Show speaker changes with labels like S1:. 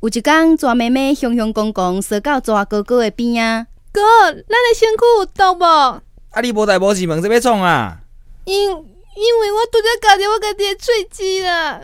S1: 有一天，蛇妹妹雄雄公公踅到蛇哥哥的边啊，
S2: 哥，咱的身躯有毒无？
S3: 啊，你无代无志问这要创啊？
S2: 因因为我拄则咬着我家己的喙齿啦。